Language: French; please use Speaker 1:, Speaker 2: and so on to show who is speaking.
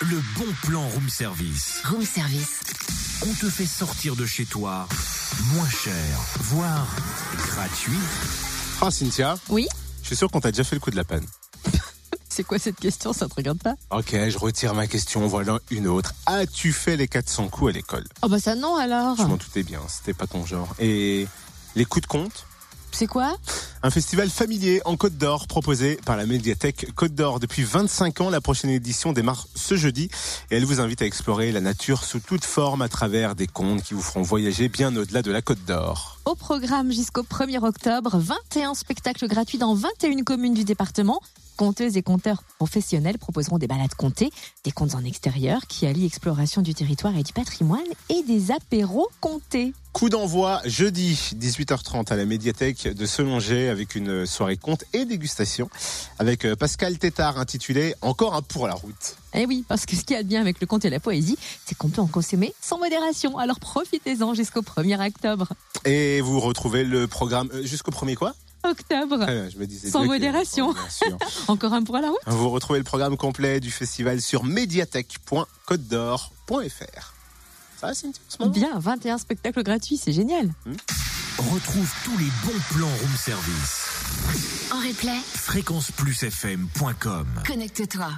Speaker 1: Le bon plan room service.
Speaker 2: Room service.
Speaker 1: On te fait sortir de chez toi moins cher, voire gratuit.
Speaker 3: Ah, Cynthia,
Speaker 4: Oui
Speaker 3: je suis sûr qu'on t'a déjà fait le coup de la panne.
Speaker 4: C'est quoi cette question Ça te regarde pas
Speaker 3: Ok, je retire ma question, voilà une autre. As-tu fait les 400 coups à l'école
Speaker 4: Oh bah ça non alors
Speaker 3: Je m'en doutais bien, c'était pas ton genre. Et les coups de compte
Speaker 4: C'est quoi
Speaker 3: Un festival familier en Côte d'Or proposé par la médiathèque Côte d'Or depuis 25 ans. La prochaine édition démarre ce jeudi et elle vous invite à explorer la nature sous toute forme à travers des contes qui vous feront voyager bien au-delà de la Côte d'Or.
Speaker 4: Au programme jusqu'au 1er octobre, 21 spectacles gratuits dans 21 communes du département. Conteuses et conteurs professionnels proposeront des balades comptées, des contes en extérieur qui allient exploration du territoire et du patrimoine et des apéros comptés.
Speaker 3: Coup d'envoi jeudi 18h30 à la médiathèque de Selonger avec une soirée conte et dégustation avec euh, Pascal Tétard intitulé Encore un pour la route.
Speaker 4: Eh oui, parce que ce qui a de bien avec le conte et la poésie, c'est qu'on peut en consommer sans modération. Alors profitez-en jusqu'au 1er octobre.
Speaker 3: Et vous retrouvez le programme euh, jusqu'au premier quoi
Speaker 4: Octobre
Speaker 2: Euh.
Speaker 3: Très bien, je me disais
Speaker 4: Ah, Sans
Speaker 3: bien que-
Speaker 4: modération.
Speaker 3: Bien sûr.
Speaker 4: Encore un pour la route
Speaker 3: Vous retrouvez le programme complet du festival sur médiathèque.codedor.fr. Ça va Cynthia en ce moment
Speaker 4: Bien, 21 spectacles gratuits, c'est génial
Speaker 1: Retrouve tous les bons plans room service.
Speaker 2: En replay,
Speaker 1: Fréquenceplusfm.com
Speaker 2: connecte-toi.